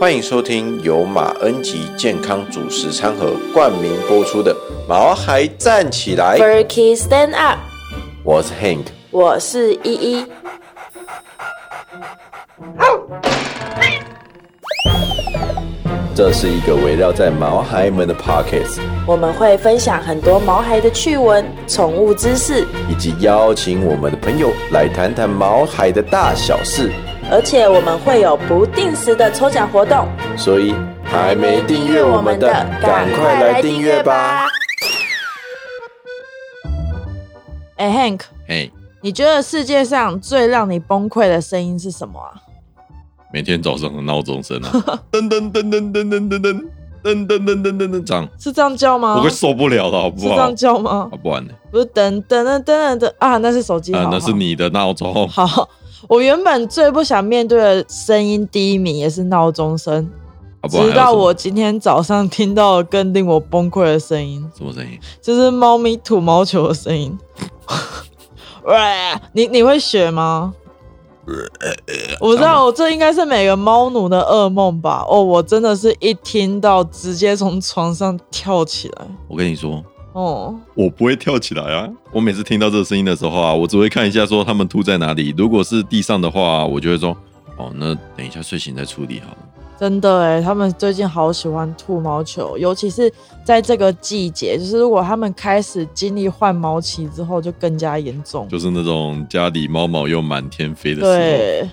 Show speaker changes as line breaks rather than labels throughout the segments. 欢迎收听由马恩吉健康主食餐盒冠名播出的《毛孩站起来》，
Berkey Stand Up，
我是 Hank。
我是依依。
这是一个围绕在毛孩们的 Pockets，
我们会分享很多毛孩的趣闻、宠物知识，
以及邀请我们的朋友来谈谈毛孩的大小事。
而且我们会有不定时的抽奖活动。
所以还没订阅我们的，赶快来订阅吧！！
哎、h a n k
哎，
你觉得世界上最让你崩溃的声音是什么啊？
每天早上的闹钟声啊，噔噔噔噔噔噔噔噔噔噔噔噔噔噔，这样
是这样叫吗？
我会受不了的，好不
是这
好
样？叫吗
啊，？不然呢？
不是噔噔噔噔噔噔啊，那是手机
啊
好，
那是你的闹钟。
好。好，我原本最不想面对的声音第一名也是闹钟声，
啊不然还有
直
什
到
么
我今天早上听到了更令我崩溃的声音，
什么声音？
就是猫咪吐毛球的声音。 哇，你你会学吗？
呃
我知道，我这应该是每个猫奴的噩梦吧。哦，我真的是一听到直接从床上跳起来。
我跟你说，
哦，
我不会跳起来啊！我每次听到这个声音的时候啊，我只会看一下说他们吐在哪里。如果是地上的话，啊我就会说，哦，那等一下睡醒再处理好了。
真的哎，他们最近好喜欢吐毛球，尤其是在这个季节，就是如果他们开始经历换毛期之后，就更加严重。
就是那种家里猫毛又满天飞的时
对，
候，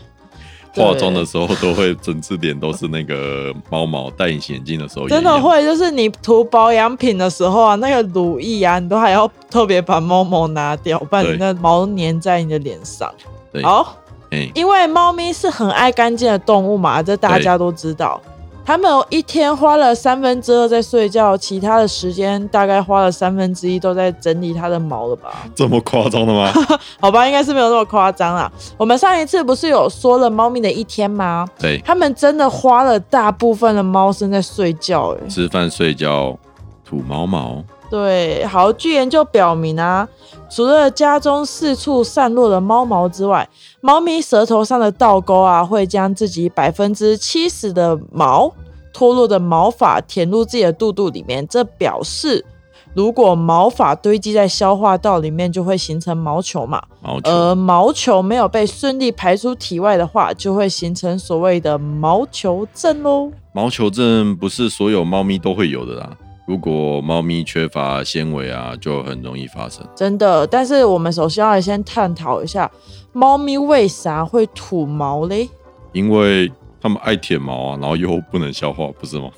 对
化妆的时候都会整只脸都是那个猫毛，戴隐形眼镜的时候也
真
一
的
样
会，就是你涂保养品的时候啊，那个乳液啊，你都还要特别把猫毛拿掉，不然
对
你那毛粘在你的脸上。
对
好，
哎，
因为猫咪是很爱干净的动物嘛，这大家都知道。它们有一天花了三分之二在睡觉，其他的时间大概花了三分之一都在整理它的毛了吧？
这么夸张的 吗？
好吧，应该是没有那么夸张啦。我们上一次不是有说了猫咪的一天吗？
对，
它们真的花了大部分的猫身在睡觉、欸，
吃饭、睡觉、吐毛毛，
对，好，据研究表明啊，除了家中四处散落的猫毛之外，猫咪舌头上的倒钩啊，会将自己百分之七十的毛脱落的毛发填入自己的肚肚里面，这表示。如果毛发堆积在消化道里面，就会形成毛球嘛。
毛球、
而呃毛球没有被顺利排出体外的话，就会形成所谓的毛球症喽。
毛球症不是所有猫咪都会有的啦。如果猫咪缺乏纤维啊，就很容易发生。
真的。但是我们首先要先探讨一下，猫咪为啥会吐毛嘞？
因为它们爱舔毛啊，然后又不能消化，不是吗？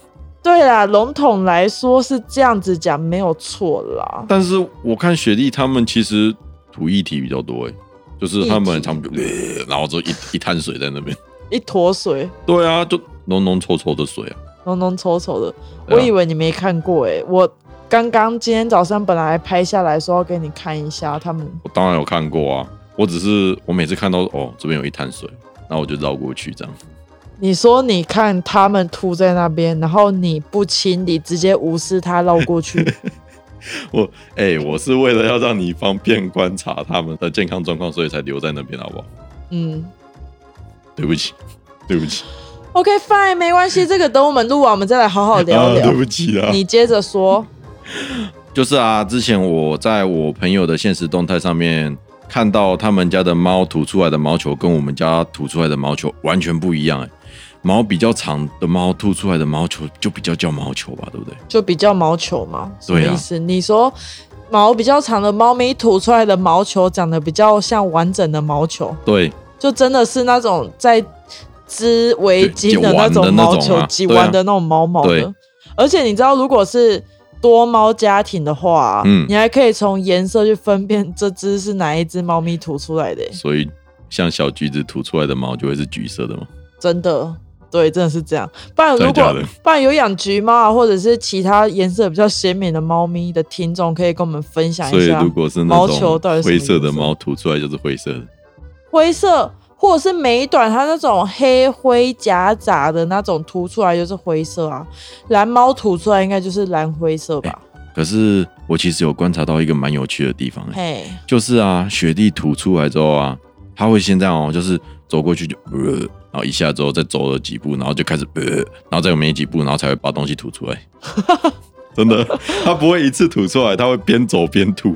对啦，笼统来说是这样子讲，没有错啦。
但是我看雪莉它们其实吐液体比较多、欸，就是它们
液体
常常就、呃然后就一一滩水在那边。
一坨水，
对啊，就浓浓稠稠的水啊。
浓浓稠稠的，
对啊
我以为你没看过诶、我刚刚今天早上本来拍下来说要给你看一下他们。
我当然有看过啊，我只是我每次看到哦这边有一滩水，然后我就绕过去这样。
你说你看他们吐在那边，然后你不清理，直接无视它绕过去。
我哎、我是为了要让你方便观察他们的健康状况，所以才留在那边，好不好？
嗯
对不起，对不起，
，OK fine，没关系，这个等我们录完我们再来好好聊
啊，
聊
对。不起啊。
你接着说。
就是啊，之前我在我朋友的现实动态上面看到他们家的猫吐出来的毛球跟我们家吐出来的毛球完全不一样、哎，毛比较长的猫吐出来的毛球就比较叫毛球吧，对不对？
就比较毛球嘛，什么
对啊
意思？你说毛比较长的猫咪吐出来的毛球长得比较像完整的毛球，
对，
就真的是那种在织围巾的
对
那种毛
挤完的那种
球
啊，
挤完的那种毛毛
对
的
啊。
而且你知道，如果是多猫家庭的话，
嗯
你还可以从颜色去分辨这只是哪一只猫咪吐出来的、欸
所以像小橘子吐出来的毛就会是橘色的嘛。
真的。对，真的是这样。不然如
真的
果
假的
不然有养橘猫啊，或者是其他颜色比较鲜明的猫咪的听众，可以跟我们分享
所
一
以
下
如果是那
毛球到
种
底
灰
是什么
色的
颜色
猫吐出来就是灰色的，
灰色或者是美短，它那种黑灰夹杂的那种凸出来就是灰色啊。蓝猫吐出来应该就是蓝灰色吧？
可是我其实有观察到一个蛮有趣的地方、欸，
嘿，
就是啊，雪地吐出来之后啊，它会先这样哦，就是走过去就呃，然后一下之后再走了几步，然后就开始呃，然后再没几步，然后才会把东西吐出来。真的，它不会一次吐出来，它会边走边吐。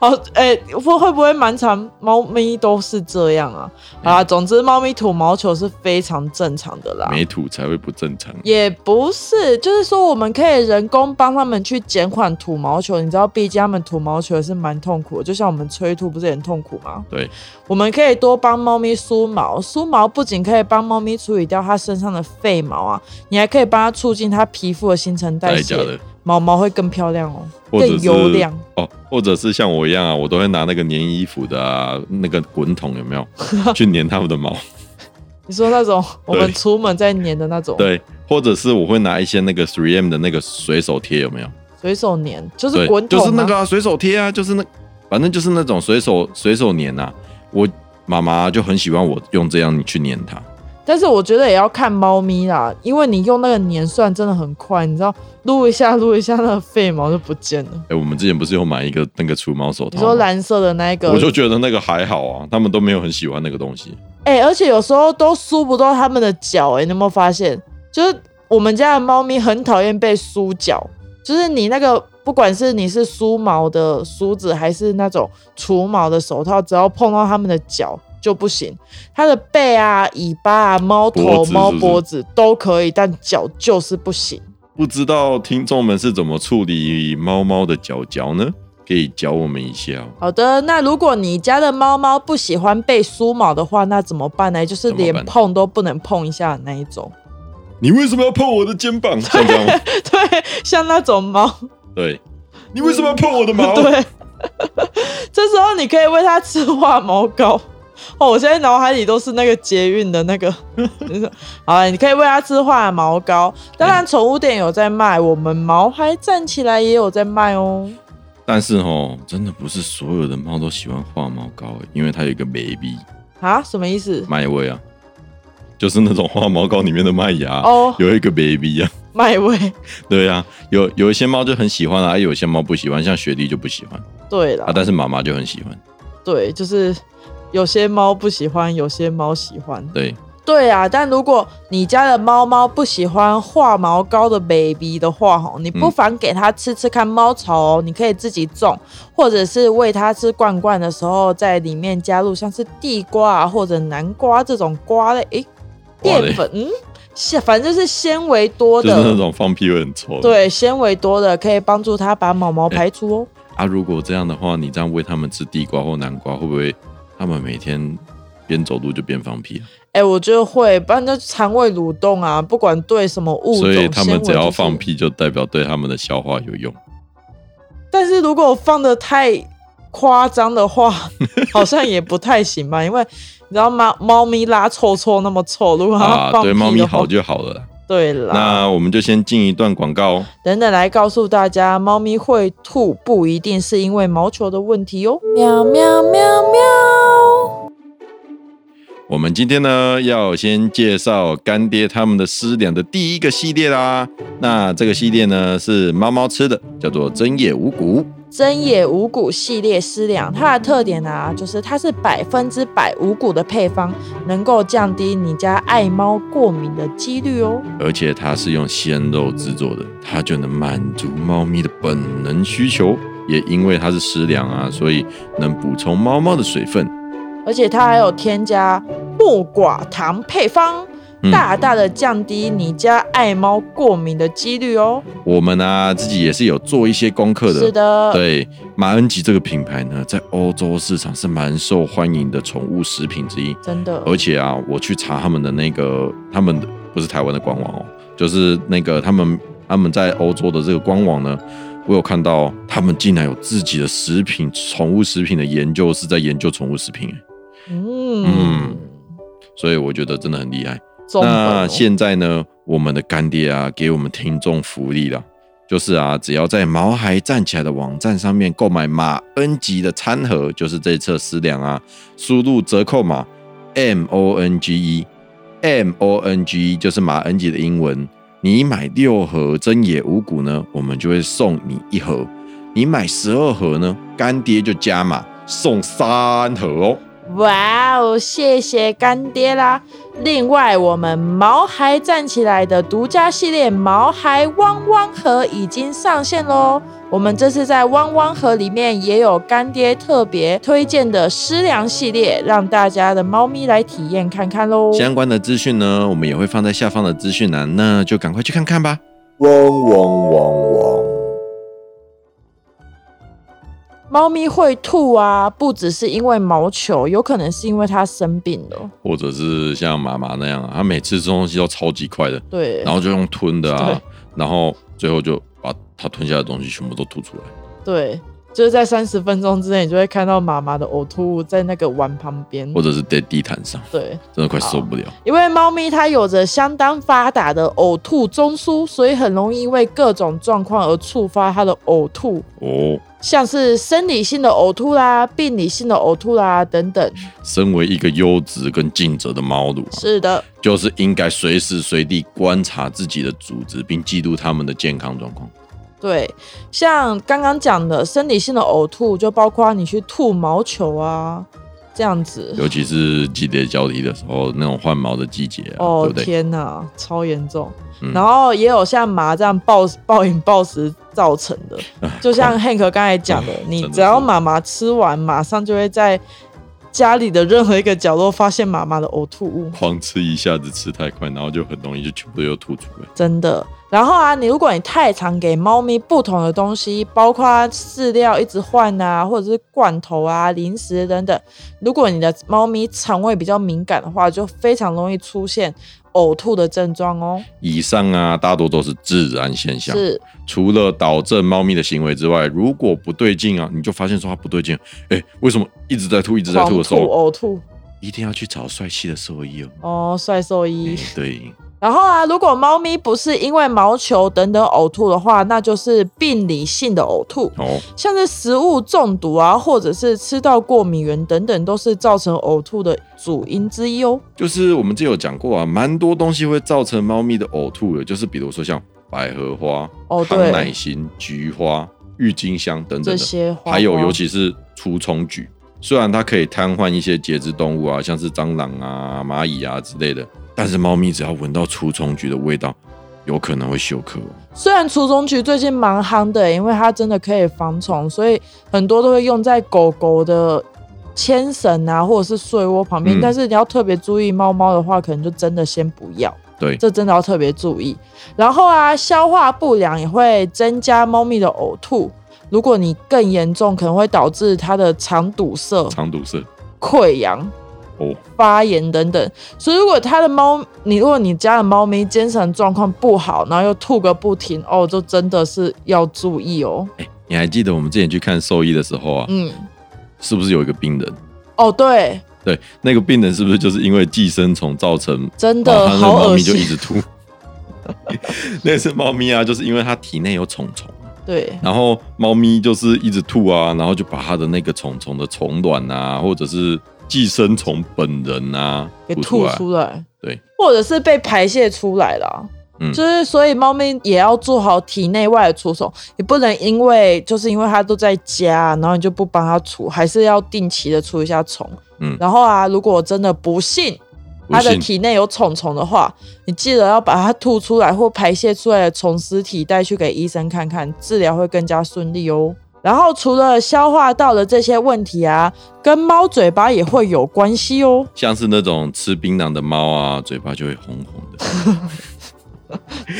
好，哎、会会不会蛮长？猫咪都是这样啊。好啦，总之猫咪吐毛球是非常正常的啦。
没吐才会不正常。
也不是，就是说我们可以人工帮他们去减缓吐毛球，你知道，毕竟他们吐毛球也是蛮痛苦的，就像我们催吐不是也很痛苦吗？
对，
我们可以多帮猫咪梳毛，梳毛不仅可以帮猫咪处理掉它身上的废毛啊，你还可以帮它促进它皮肤的新陈代
代价
谢，
的，
毛毛会更漂亮哦，
或者
更
是
油亮。
哦，或者是像我一样啊，我都会拿那个粘衣服的啊，那个滚筒有没 有去粘他们的毛？
你说那种我们出门在粘的那种
对，或者是我会拿一些那个 3M 的那个水手贴有没有？
随手粘，就是
对，
滚筒、啊，
就是那个、啊、水手贴啊，就是那，反正就是那种水手水手粘啊。我妈妈就很喜欢我用这样去粘它。
但是我觉得也要看猫咪啦，因为你用那个年算真的很快，你知道撸一下撸一下，那个废毛就不见了。
哎、我们之前不是有买一个那个除毛手
你
套吗？
说蓝色的那一个
哦我，就觉得那个还好啊，他们都没有很喜欢那个东西。
哎、而且有时候都梳不到它们的脚，哎，你有没有发现？就是我们家的猫咪很讨厌被梳脚，就是你那个不管是你是梳毛的梳子，还是那种除毛的手套，只要碰到它们的脚就不行。它的背啊、尾巴啊、猫头、
脖子
猫
是不是
脖子都可以，但脚就是不行。
不知道听众们是怎么处理猫猫的脚脚呢？可以教我们一下哦。
好的，那如果你家的猫猫不喜欢被梳毛的话，那怎么办呢？就是
怎么办
连碰都不能碰一下的那一种。
你为什么要碰我的肩膀？像这样吗，
对，像那种猫，
对。你为什么要碰我的毛？
对，这时候你可以喂它吃化毛膏。哦，我现在脑海里都是那个捷运的那个， 你说好了，你可以喂它吃化毛膏。当然，宠物店有在卖，我们毛孩站起来也有在卖哦。
但是哦，真的不是所有的猫都喜欢化毛膏，因为它有一个 baby
啊，什么意思？
麦味啊，就是那种化毛膏里面的麦芽
哦
有一个 baby 啊。
卖味。
对啊，有有一些猫就很喜欢啊，有一些猫不喜欢，像雪莉就不喜欢
对了
啊，，但是妈妈就很喜欢。
对，就是有些猫不喜欢，有些猫喜欢。
对，
对啊，但如果你家的猫猫不喜欢化毛膏的 baby 的话，吼，你不
嗯
妨给它吃吃看猫草哦，你可以自己种，或者是喂它吃罐罐的时候，在里面加入像是地瓜啊或者南瓜这种瓜类，诶，
瓜类
淀粉，嗯，纤反正就是纤维多
就是那
的，
种放屁会很臭的。
对，纤维多的可以帮助它把毛毛
诶
排除哦。
啊，如果这样的话，你这样喂它们吃地瓜或南瓜，会不会它们每天边走路就边放屁啊？
哎、我觉得会，不然就肠胃蠕动啊，不管对什么物种，
所以它
纤
们
维
只要
就是
放屁，就代表对它们的消化有用。
但是如果放的太夸张 的话，好像也不太行吧，因为你知道吗？猫咪拉臭臭那么臭，如果它
啊，
放屁
对
的话、
猫咪好就好了啦。
对啦。
那我们就先进一段广告哦。
等等来告诉大家，猫咪会吐不一定是因为毛球的问题哦。喵喵喵喵。
我们今天呢，要先介绍干爹他们的湿粮的第一个系列啦。那这个系列呢，是猫猫吃的，叫做针叶五谷。
真野五谷系列湿粮，它的特点啊，就是它是百分之百五谷的配方，能够降低你家爱猫过敏的几率哦。
而且它是用鲜肉制作的，它就能满足猫咪的本能需求。也因为它是食粮啊，所以能补充猫猫的水分。
而且它还有添加木寡糖配方，
嗯
大大的降低你家爱猫过敏的几率哦。
我们啊，自己也是有做一些功课的。
是的，
对，马恩吉这个品牌呢，在欧洲市场是蛮受欢迎的宠物食品之一。
真的。
而且啊，我去查他们的那个，他们的不是台湾的官网哦，就是那个他们他们在欧洲的这个官网呢，我有看到他们竟然有自己的食品宠物食品的研究，是在研究宠物食品，
嗯
嗯，所以我觉得真的很厉害。
中本哦
那现在呢，我们的干爹啊，给我们听众福利啦，就是啊，只要在毛孩站起来的网站上面购买马恩吉的餐盒，就是这一册食粮啊，输入折扣码 M O N G E M O N G E 就是马恩吉的英文。你买六盒真野五谷呢，我们就会送你一盒；你买十二盒呢，干爹就加码送三盒哦。
哇哦，谢谢干爹啦！另外，我们毛孩站起来的独家系列毛孩汪汪盒已经上线喽。我们这次在汪汪盒里面也有干爹特别推荐的湿粮系列，让大家的猫咪来体验看看喽。
相关的资讯呢，我们也会放在下方的资讯栏，那就赶快去看看吧。
嗡嗡嗡嗡。
猫咪会吐啊，不只是因为毛球，有可能是因为它生病了。
或者是像妈妈那样啊，她每次吃东西都超级快的，
对，
然后就用吞的啊
对，
然后最后就把她吞下的东西全部都吐出来。
嗯
对，就是在三十分钟之内，你就会看到妈妈的呕吐物在那个碗旁边
或。者是在地毯上，
对，
真的快受不了。
因为猫咪它有着相当发达的呕吐中枢，所以很容易因为各种状况而触发它的呕吐，
哦，
像是生理性的呕吐啦、病理性的呕吐啦等等。
身为一个优质跟尽责的猫奴啊、
是的，
就是应该随时随地观察自己的组织，并记录它们的健康状况。
嗯
对，像刚刚讲的生理性的呕吐，就包括你去吐毛球啊这样子。
尤其是季节交替的时候，那种换毛的季节啊，
哦
对不对？
天哪，超严重！
嗯
然后也有像麻这样暴暴饮暴食造成的，就 像 Hank 刚才讲的
嗯，
你
啊真的
只要
是
妈妈吃完，马上就会在家里的任何一个角落发现妈妈的呕吐物，
狂吃一下子吃太快，然后就很容易就全部又吐出来。
真的。然后啊，你如果你太常给猫咪不同的东西，包括饲料一直换啊，或者是罐头啊、零食等等，如果你的猫咪肠胃比较敏感的话，就非常容易出现呕吐的症状哦。
以上啊，大多都是自然现象。
是。
除了导正猫咪的行为之外，如果不对劲啊，你就发现说它不对劲，哎，为什么一直在吐，一直在
狂
吐的时候，
呕吐
一定要去找帅气的兽医哦。
哦，帅兽医。
诶对，
然后啊，如果猫咪不是因为毛球等等呕吐的话，那就是病理性的呕吐，
哦，
像是食物中毒啊，或者是吃到过敏源等等，都是造成呕吐的主因之一哦。
就是我们之前有讲过啊，蛮多东西会造成猫咪的呕吐的，就是比如说像百合花、
哦
康
对
乃馨、菊花、郁金香等等
这
的，
些花花
还有尤其是除虫菊，虽然它可以瘫痪一些节肢动物啊，像是蟑螂啊、蚂蚁啊之类的，但是猫咪只要闻到除虫菊的味道，有可能会休克哦。
虽然除虫菊最近蛮夯的，因为它真的可以防虫，所以很多都会用在狗狗的牵绳啊，或者是睡窝旁边。
嗯
但是你要特别注意，猫猫的话可能就真的先不要。
对
这真的要特别注意。然后啊，消化不良也会增加猫咪的呕吐。如果你更严重，可能会导致它的肠堵塞、
肠堵塞
溃疡、
哦，
发炎等等。所以如果它的猫，你如果你家的猫咪精神状况不好，然后又吐个不停，哦，就真的是要注意哦。
你还记得我们之前去看兽医的时候啊，
嗯，
是不是有一个病人？
哦，对，
对，那个病人是不是就是因为寄生虫造成
真
然
的
后它那个
好
猫
恶
咪就一直
心。
吐。 那只猫咪啊，就是因为它体内有虫虫，
对，
然后猫咪就是一直吐啊，然后就把它的那个虫虫的虫卵啊，或者是寄生虫本人啊
给
吐出
吐
来。
出来，
对，
或者是被排泄出来了啊。
嗯
就是，所以猫咪也要做好体内外的除虫，你不能因为就是因为它都在家，然后你就不帮它除，还是要定期的除一下虫。
嗯
然后啊，如果真的不幸
不
它的
信
体内有虫虫的话，你记得要把它吐出来或排泄出来的虫尸体带去给医生看看，治疗会更加顺利哦。然后除了消化道的这些问题啊，跟猫嘴巴也会有关 系哦。
像是那种吃槟榔的猫啊，嘴巴就会红红的；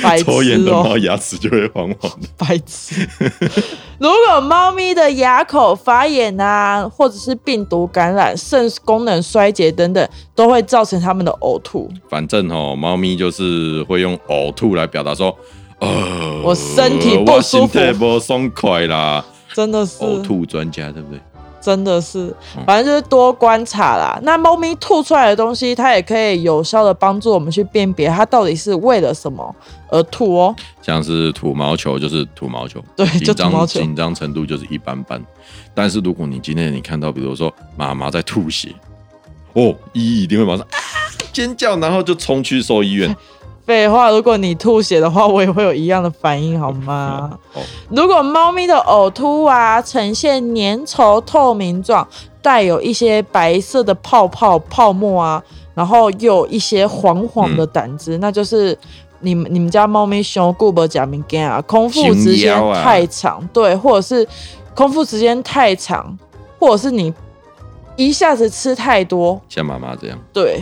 白痴哦、
抽烟的猫牙齿就会黄黄的。
白痴。如果猫咪的牙口发炎啊，或者是病毒感染、肾功能衰竭等等，都会造成它们的呕吐。
反正哦，猫咪就是会用呕吐来表达说，呃，
我身体不
我
舒服
身体不松快啦。
真的 是，
呕吐专家对不对？
真的是
嗯，
反正就是多观察啦。那猫咪吐出来的东西，它也可以有效的帮助我们去辨别它到底是为了什么而吐哦。
像是土毛球就是土毛球，
对就
紧
土毛
张
球
紧张程度就是一般般。但是如果你今天你看到，比如说妈妈在吐血，哦，一一定会马上啊尖叫，然后就冲去兽医 院。
废话，如果你吐血的话，我也会有一样的反应，好吗？
哦，
如果猫咪的呕吐啊呈现粘稠透明状，带有一些白色的泡泡泡沫啊，然后又有一些黄黄的胆汁，那就是你们你们家猫咪熊顾伯假名干啊，空腹时间
熊腰啊
太长，对，或者是空腹时间太长，或者是你一下子吃太多，
像妈妈这样，
对，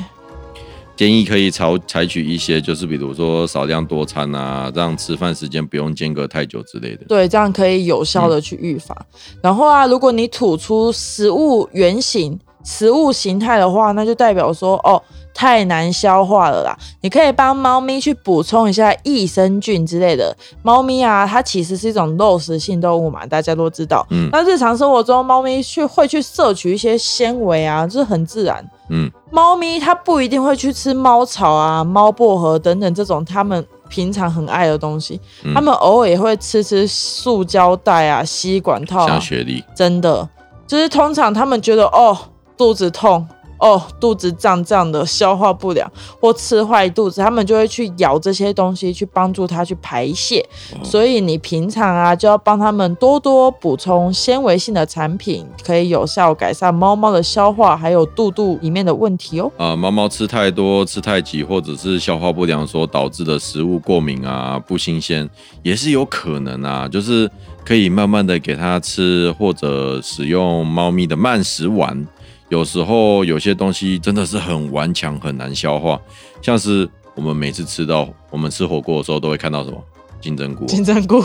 建议可以采采取一些，就是比如说少量多餐啊，让吃饭时间不用间隔太久之类的。嗯
对，这样可以有效的去预防。然后啊，如果你吐出食物原型、食物形态的话，那就代表说哦太难消化了啦。你可以帮猫咪去补充一下益生菌之类的。猫咪啊，它其实是一种肉食性动物嘛，大家都知道。
嗯
那日常生活中，猫咪去会去摄取一些纤维啊，这、是很自然。
嗯，
猫咪它不一定会去吃猫草啊、猫薄荷等等这种它们平常很爱的东西，
嗯
它们偶尔也会吃吃塑胶袋啊、吸管套啊
像，雪莉，
真的就是通常它们觉得哦肚子痛。哦，肚子胀胀的，消化不良或吃坏肚子，它们就会去咬这些东西去帮助它去排泄。所以你平常啊，就要帮它们多多补充纤维性的产品，可以有效改善猫猫的消化，还有肚肚里面的问题哦。
啊，猫猫吃太多、吃太急，或者是消化不良所导致的食物过敏啊、不新鲜，也是有可能啊。就是可以慢慢的给它吃，或者使用猫咪的慢食碗。有时候有些东西真的是很顽强，很难消化，像是我们每次吃到我们吃火锅的时候，都会看到什么 金针菇。啊
金针菇，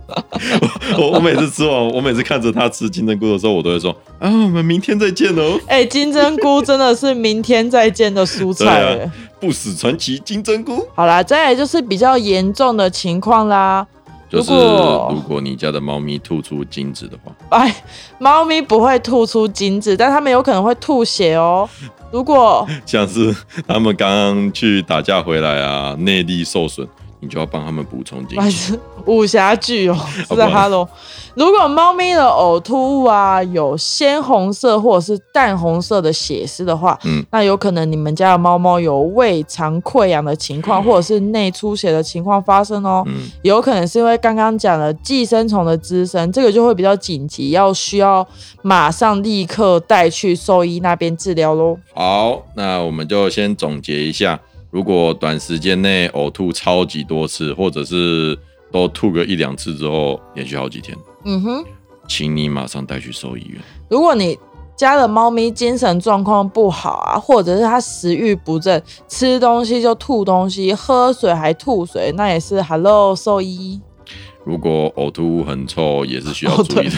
我我每次吃完，我每次看着它吃金针菇的时候，我都会说啊，我们明天再见哦。
哎、金针菇真的是明天再见的蔬菜了、
对啊不死传奇金针菇。
好啦，再来就是比较严重的情况啦。
就是
如果
如果你家的猫咪吐出精子的话，
哎，猫咪不会吐出精子，但它们有可能会吐血哦。如 果
像是他们刚刚去打架回来啊，内力受损，你就要帮他们补充精
还
子。
是武侠剧哦，是在
不好
Hello。如果猫咪的呕吐物啊有鲜红色或者是淡红色的血丝的话，
嗯
那有可能你们家的猫猫有胃肠溃疡的 情况，或者是内出血的情况发生哦。
嗯，
有可能是因为刚刚讲的寄生虫的滋生，这个就会比较紧急，要需要马上立刻带去兽医那边治疗喽。
好，那我们就先总结一下，如果短时间内呕吐超级多次，或者是都吐个一两次之后，连续好几天，
嗯哼，
请你马上带去兽医院。
如果你家的猫咪精神状况不好啊，或者是它食欲不振，吃东西就吐东西，喝水还吐水，那也是 Hello 兽医。
如果呕吐物很臭，也是需要
哦
注意的，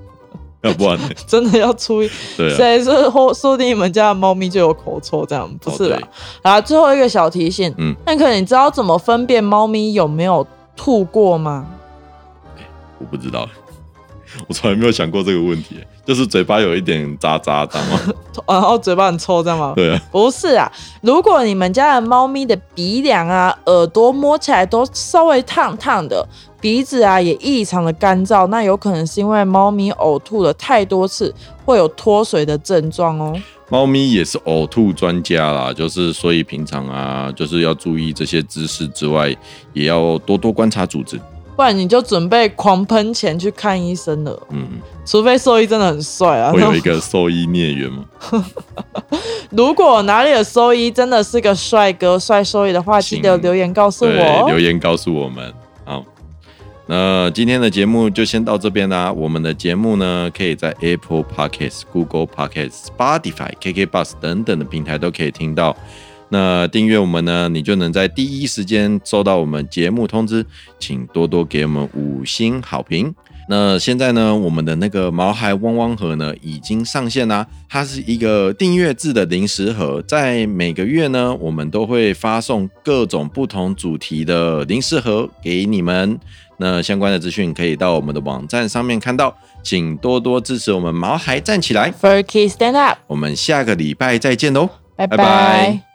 要不然呢
真的要注意，
对啊，
所以说或说不定你们家的猫咪就有口臭，这样不是啦
哦对。
好啦，最后一个小提醒，
嗯
那可你知道怎么分辨猫咪有没有吐过吗？
我不知道， 我从来没有想过这个问题，就是嘴巴有一点渣渣，知道吗？
哦然后嘴巴很臭，这 样吗？
对啊，
不是啊，如果你们家的猫咪的鼻梁啊、耳朵摸起来都稍微烫烫的，鼻子啊也异常的干燥，那有可能是因为猫咪呕吐了太多次，会有脱水的症状哦。
猫咪也是呕吐专家啦，就是所以平常啊，就是要注意这些知识之外，也要多多观察组织。
不然你就准备狂喷钱去看医生了，
嗯，
除非兽医真的很帅啊。
会有一
那
个兽医孽缘吗？
如果哪里的兽医真的是个帅哥、帅兽医的话，
请
记得留言告诉我
对，留
哦。
言告诉我们。好，那今天的节目就先到这边啦。我们的节目呢，可以在 Apple Podcasts、Google Podcasts、Spotify、KK Bus 等等的平台都可以听到。那订阅我们呢，你就能在第一时间收到我们节目通知，请多多给我们五星好评。那现在呢，我们的那个毛孩汪汪盒呢已经上线啦，它是一个订阅制的零食盒，在每个月呢，我们都会发送各种不同主题的零食盒给你们。那相关的资讯可以到我们的网站上面看到，请多多支持我们毛孩站起来，
Furky stand up，
我们下个礼拜再见喽。拜
拜拜
拜